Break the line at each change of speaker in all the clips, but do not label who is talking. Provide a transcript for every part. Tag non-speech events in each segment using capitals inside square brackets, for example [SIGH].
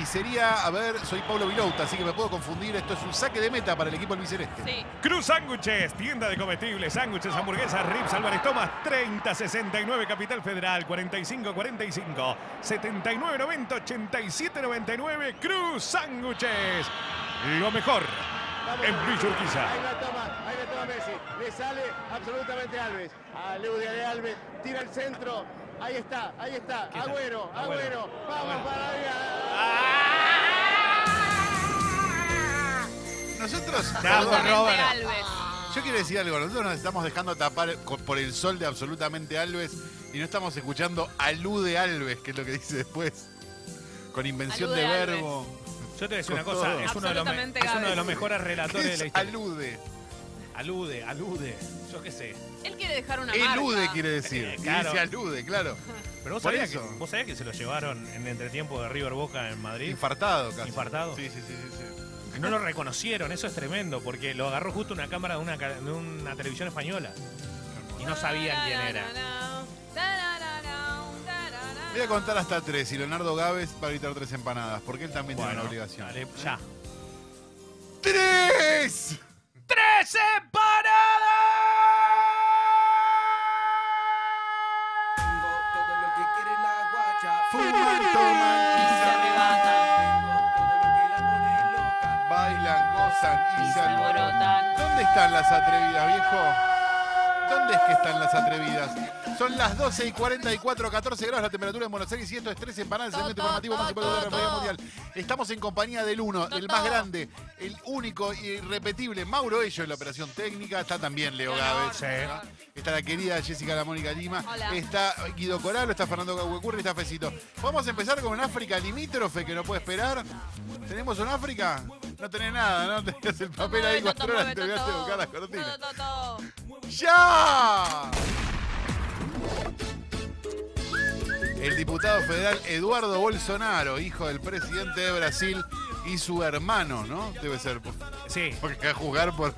Y sería, a ver, soy Pablo Vilouta, así que me puedo confundir. Esto es un saque de meta para el equipo albiceleste.
Sí.
Cruz Sándwiches, tienda de comestibles, sándwiches, hamburguesas, rips, Álvarez Tomás, 3069 Capital Federal, 4545, 7990, 8799, Cruz Sándwiches. Lo mejor en Luis Urquiza.
Ahí la toma, ahí la toma Messi. Le sale absolutamente Alves. A Leudia de Alves, tira el centro. Ahí está, ahí está. Agüero, Agüero. Vamos para allá.
Nosotros.
Absolutamente
Robert.
Alves.
Yo quiero decir algo, nosotros nos estamos dejando tapar co- por el sol de absolutamente Alves y no estamos escuchando alude Alves, que es lo que dice después. Con invención
Alude
de
Alves.
verbo.
Yo te voy a decir una
Con
cosa,
todo.
es uno, de los, me-
Absolutamente
es uno de
Gávez.
los mejores
¿Qué
relatores
[LAUGHS]
de
es
la historia.
alude.
Alude, alude, yo qué sé.
Él quiere dejar una
Elude
marca.
quiere decir.
Eh,
Y
claro.
dice alude, claro.
Pero vos
Por
sabías, que,
eso.
vos sabías que se lo llevaron en el entretiempo de River Boca en Madrid.
Infartado casi.
Infartado.
Sí, sí, sí, sí, sí.
No lo reconocieron, eso es tremendo, porque lo agarró justo una cámara de una, ca- de una televisión española. Y no sabían quién era.
Voy a contar hasta tres y Leonardo Gávez va a gritar tres empanadas, porque él también tiene
Bueno,
una obligación.
dale, ya.
¡Tres!
¡Tres empanadas!
Tengo todo lo que quiere la guacha.
Fuman, toman y se arrebatan.
Tengo todo lo que la pone loca.
Bailan, gozan y se alborotan. ¿Dónde están las atrevidas, viejo? ¿Dónde es que están las atrevidas? Son las 12 y 44, 14 grados la temperatura en Buenos Aires y esto es 13 empanadas, el segmento
To, to,
informativo más
to,
importante de la
to,
radio
to.
mundial. Estamos en compañía del uno,
To,
el
to.
más grande, el único y irrepetible, Mauro Ello en la operación técnica. Está también Leo
Qué
Gávez.
honor,
¿no? Está la querida Jessica La Mónica Lima.
Hola.
Está Guido Coralo, está Fernando Cahuecurri, está Fecito. Vamos a empezar con un África limítrofe que no puede esperar. ¿Tenemos un África? No tenés nada, ¿no? [LAUGHS] Tenés el papel ahí
Toto,
cuatro horas y
mueve,
te voy a
Toto.
buscar las
Mueve,
cortinas.
Toto.
¡Ya! El diputado federal Eduardo Bolsonaro, hijo del presidente de Brasil y su hermano, ¿no? Debe ser, [LAUGHS]
Sí.
porque a juzgar por,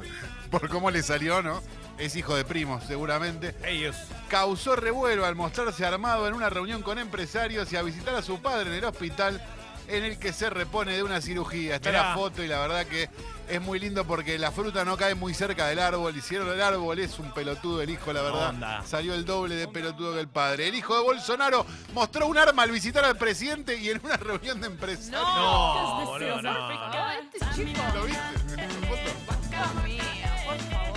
por cómo le salió, ¿no? Es hijo de primos, seguramente.
Ellos.
causó revuelo al mostrarse armado en una reunión con empresarios y a visitar a su padre en el hospital en el que se repone de una cirugía. Está
Mirá.
la foto y la verdad que es muy lindo porque la fruta no cae muy cerca del árbol. Hicieron el árbol, es un pelotudo el hijo, la verdad.
Onda.
Salió el doble de pelotudo que el padre. El hijo de Bolsonaro mostró un arma al visitar al presidente y en una reunión de empresarios.
No, boludo, no.
Ah, este chico.
¿Lo viste? Esa foto.
Dios mío, por favor.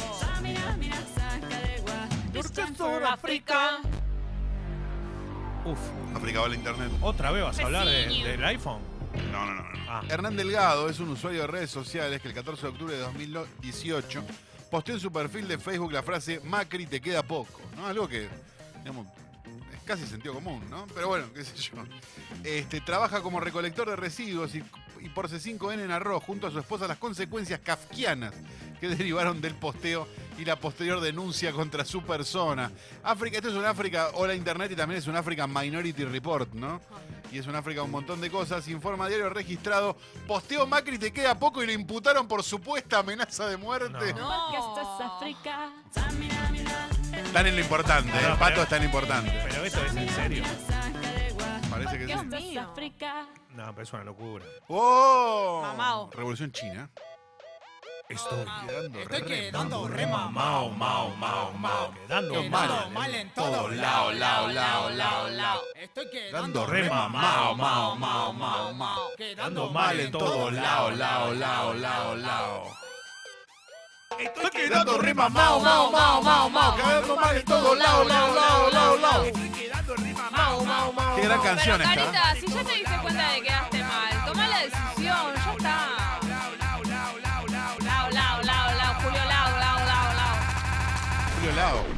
África.
Uf,
Aplicaba el internet.
otra vez vas a hablar de-
Vecino.
del iPhone.
No, no, no, no.
Ah.
Hernán Delgado es un usuario de redes sociales que el 14 de octubre de 2018 posteó en su perfil de Facebook la frase Macri te queda poco, ¿no? Algo que, digamos, es casi sentido común, ¿no? Pero bueno, qué sé yo. Este, trabaja como recolector de residuos y, y por C5N narró junto a su esposa las consecuencias kafkianas que [LAUGHS] derivaron del posteo y la posterior denuncia contra su persona. África, esto es un África, hola internet y también es un África Minority Report, ¿no? y es un África un montón de cosas. Informa diario registrado. Posteo Macri te queda poco y lo imputaron por supuesta amenaza de muerte.
No.
No.
Están en lo importante,
No,
el
no,
pato
pero-
está en lo importante.
Pero esto es en serio.
Parece que sí.
Dios mío.
No, pero es una locura.
¡Oh!
Mamao.
Revolución China.
Estoy
Quedando
Estoy
re
quedando
mal.
re mamao, mao, mao, mao.
quedando
Quedando
mal.
mal en todo lao,
lao, lao,
lao, lao,
lao, lao,
lao,
lao.
lao. Estoy
Dando
quedando
re
re mamao,
mamao,
mao, mao, mao, mao.
Quedando
Quedando
mal
mal en todo lao, lao, lao, lao, lao.
Estoy quedando re mamao, mao, mao, mao, mao. Quedando mal en todo lao, lao, lao, lao, lao. Qué gran
Pero
canción esta. ¿eh?
Carita, si ya te diste cuenta de que quedaste mal, toma la decisión, ya está. Lau, lau, lau, lau, Julio, lau, lau, lau, lau.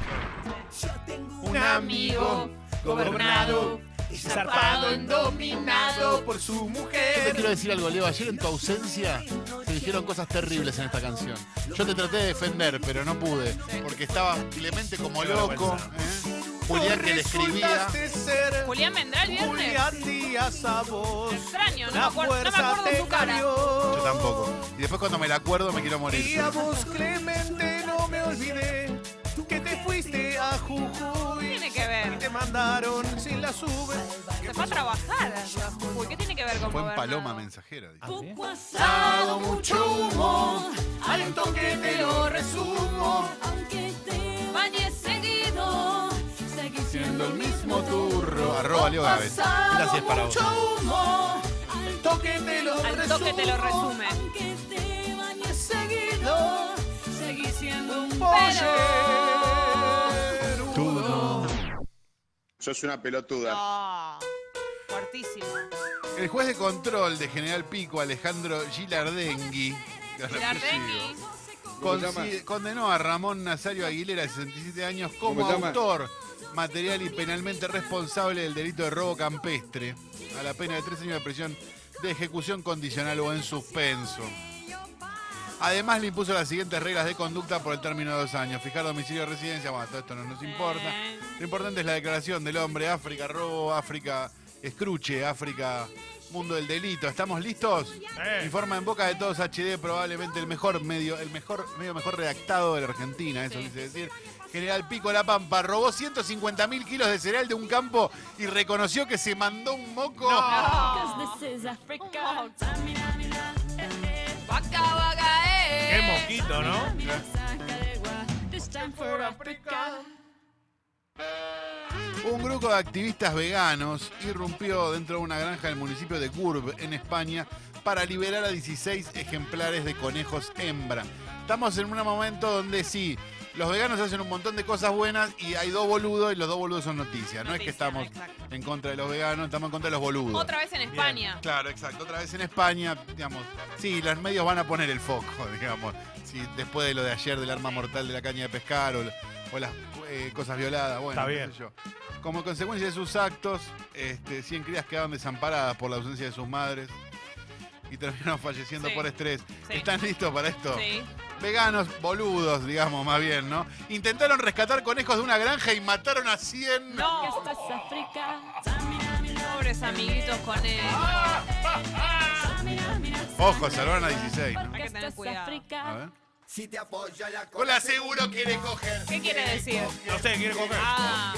Julio Lao.
Un
amigo gobernado
y
zarpado en dominado
por su
Yo te
mujer.
quiero decir algo, Leo. Ayer en tu ausencia se dijeron cosas terribles en esta canción.
Yo te traté de defender, pero no pude. Porque estaba Clemente como
Qué
loco. ¿eh? Julián que le escribía.
ser
Julián vendrá el viernes.
Díaz a vos.
Extraño, no me acuerdo, no me acuerdo su cara.
Yo tampoco. Y después cuando me la acuerdo me quiero morir.
vos, Clemente, no me olvidé que te fuiste a Jujuy.
Tiene que ver.
mandaron sin la sube.
se fue a trabajar. Uy, ¿qué tiene que ver con
Fue en
gobernar?
Paloma Mensajera.
Ah,
dice.
Poco asado, mucho humo, al toque te lo resumo. Aunque te bañes seguido, seguí siendo el mismo turro.
Arroba Leo Gávez.
Gracias para vos. Mucho humo, al toque te lo
Al toque te lo
resumo.
resume.
Aunque te bañes seguido, seguí siendo un
Pero.
Sos una pelotuda.
No. Fuertísimo.
El juez de control de General Pico, Alejandro Gilardengui, que es
Girardengui.
apellido,
¿Cómo se llama?
consi- condenó a Ramón Nazario Aguilera, de 67 años, como
¿Cómo se llama?
autor material y penalmente responsable del delito de robo campestre, a la pena de tres años de prisión de ejecución condicional o en suspenso. Además le impuso las siguientes reglas de conducta por el término de dos años. Fijar domicilio de residencia, bueno, todo esto no nos importa.
Eh.
Lo importante es la declaración del hombre, África, robo, África, escruche, África, mundo del delito. ¿Estamos listos? Informa en boca de todos HD, probablemente el mejor medio, el mejor medio mejor redactado de la Argentina, eso
Sí.
quise decir. General Pico La Pampa robó 150 mil kilos de cereal de un campo y reconoció que se mandó un moco.
No. Un moco. Vaca, vaca, eh.
Qué mosquito, ¿no?
Un grupo de activistas veganos irrumpió dentro de una granja del municipio de Gurb, en España, para liberar a 16 ejemplares de conejos hembra. Estamos en un momento donde sí, los veganos hacen un montón de cosas buenas y hay dos boludos y los dos boludos son noticias. No es que
Noticia,
estamos
exacto.
en contra de los veganos, estamos en contra de los boludos.
Otra vez en España.
Claro, exacto. Otra vez en España, digamos, sí, los medios van a poner el foco, [LAUGHS] digamos. Sí, después de lo de ayer del arma mortal de la caña de pescar o, la- o las eh, cosas violadas, bueno,
Está
qué
bien.
sé yo. Como consecuencia de sus actos, este, 100 crías quedaron desamparadas por la ausencia de sus madres y terminaron falleciendo
Sí.
por estrés.
Sí.
¿Están listos para esto?
Sí.
Veganos, boludos, digamos, más bien, ¿no? Intentaron rescatar conejos de una granja y mataron a 100.
No. Pobres amiguitos con él.
Ojo, salvaron a 16, ¿no?
Hay que tener cuidado.
A ver.
Si te apoya la
Hola, seguro quiere coger.
¿Qué quiere decir?
No sé, quiere coger.
Ah.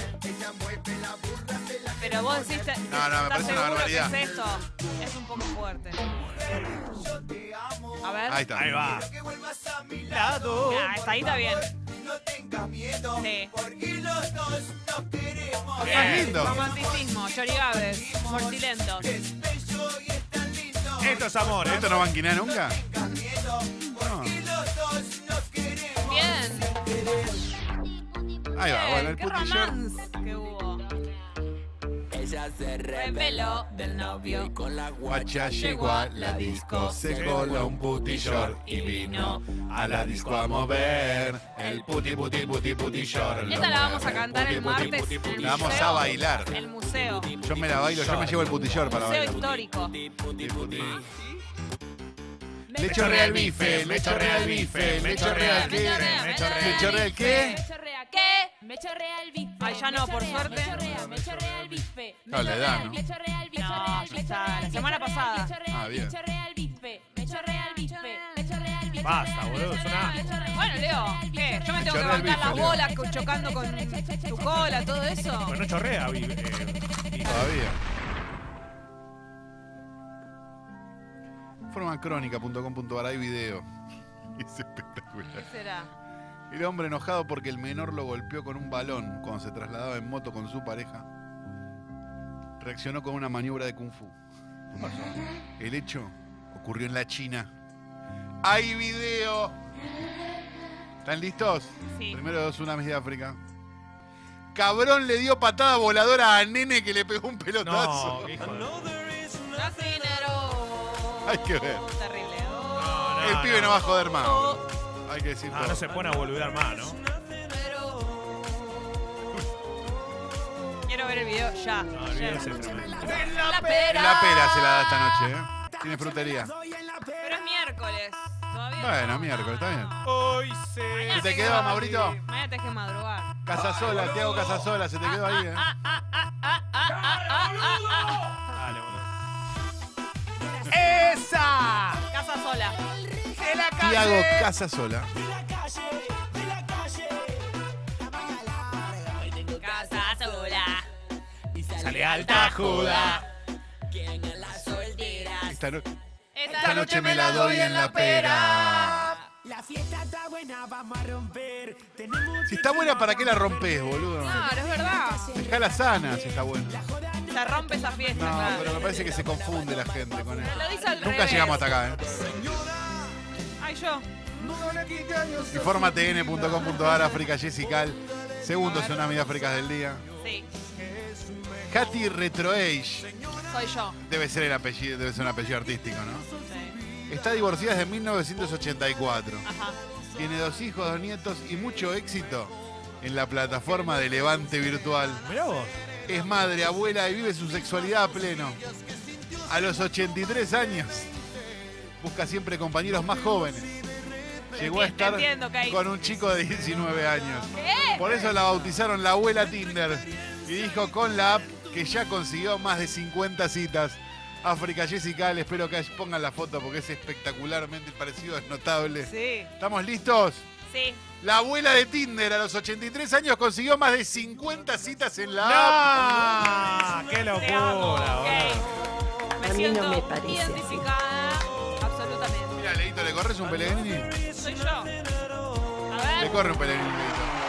Pero vos decís.
No, no, me parece una barbaridad.
es esto? Es un poco fuerte. A ver.
Ahí está.
Ahí va.
Ah, hasta ahí está bien. Sí.
Más lindo.
Romanticismo, chorigabes, mortilentos.
Esto es amor, ¿eh?
¿Esto no banquinea nunca?
Bien.
No. Ahí va, bueno, el
qué
putillón.
romance que hubo.
Ella se
Reveló del novio.
con la
Guacha llegó a la disco, se coló un putillor y vino a la disco a mover el puti puti puti putillor.
Esta la vamos a cantar el martes. en el
La vamos
museo.
a bailar.
El museo.
Yo me la bailo, yo me llevo el putillor para
Museo
bailar.
histórico.
Le chorrea el bife, le chorrea el bife, le chorrea el
Me
qué.
chorrea, me chorrea,
¿Le chorrea el qué?
chorrea, ¿Qué?
Me chorrea el bife.
Ay, ya no, por suerte.
Me chorrea el bife.
No, la edad, ¿no?
Me chorrea el bife.
No, ya está, la semana pasada.
Ah, bien.
Me chorrea el bife. Me chorrea el bife. Me chorrea el bife.
Basta, boludo, es una-
Bueno, Leo, ¿qué? Yo me tengo
Chorrea
que
el
bancar las
bife, Leo.
bolas co- chocando con tu cola, todo eso.
Pero no chorrea, vi- eh,
[LAUGHS] Todavía. Formacrónica.com.ar hay video. [LAUGHS] Es espectacular.
¿Qué será?
El hombre enojado porque el menor lo golpeó con un balón cuando se trasladaba en moto con su pareja. Reaccionó con una maniobra de kung fu. El hecho ocurrió en la China. ¡Hay video! ¿Están listos?
Sí.
Primero dos tsunamis de África. Cabrón le dio patada voladora a nene que le pegó un pelotazo.
No, qué hijo de-
Racinero.
Hay que ver.
Terrible.
no,
el pibe no va a joder más.
Oh,
Hay que decir
Ah,
todo.
no se pone a boludear más, ¿no?
pero- Quiero ver el video ya.
Ah,
No, Ah, el
ayer.
video es tremendo.
La pera.
La pera se la da esta noche, ¿eh? Tiene frutería.
Pero es miércoles. Todavía.
Bueno, miércoles, está bien.
Hoy
¿Se
se...
te quedó, Maurito?
Mañana tenés que madrugar.
Casasola, Tiago Casasola, se te quedó ahí, ¿eh?
Ah,
Dale, boludo.
Casa sola. ah,
Tiago Casasola.
Casa sola.
Salió lealtad juda.
¿Quién es la soltera?
Esta no-
Esta,
Esta noche me la doy en la pera.
La fiesta está buena, vamos a romper. Tenemos
Si está buena, ¿para qué la rompes, boludo?
Claro, es verdad.
Dejala sana si está buena.
Se rompe esa fiesta,
No,
claro.
pero me parece que se confunde la gente con esto.
Lo dice al
Nunca
revés.
llegamos hasta acá, ¿eh?
Ay, yo.
Informatn.com.ar África Jessical. Segundo tsunami de Áfricas del día.
Sí,
Katy Retroage.
soy yo.
Debe ser el apellido, debe ser un apellido artístico, ¿no?
Sí.
Está divorciada desde 1984.
Ajá.
Tiene dos hijos, dos nietos y mucho éxito en la plataforma de Levante Virtual.
Mirá vos.
Es madre, abuela y vive su sexualidad a pleno. A los 83 años busca siempre compañeros más jóvenes. Llegó a
Te
estar
entiendo, Kate.
con un chico de 19 años.
¿Qué?
Por eso la bautizaron la abuela Tinder. Y dijo con la app que ya consiguió más de 50 citas. África Jessica, le espero que pongan la foto porque es espectacularmente el parecido, es notable.
Sí.
¿Estamos listos?
Sí.
La abuela de Tinder a los 83 años consiguió más de 50 citas en la app.
¡Ah! ¡Qué
Te amo,
locura! boludo.
ok. Me
A mí
siento
no me parece.
identificada. Absolutamente.
Mira, Leito, ¿le corres un Pellegrini?
Soy yo. A
Le
ver.
corre un Pellegrini, Leito.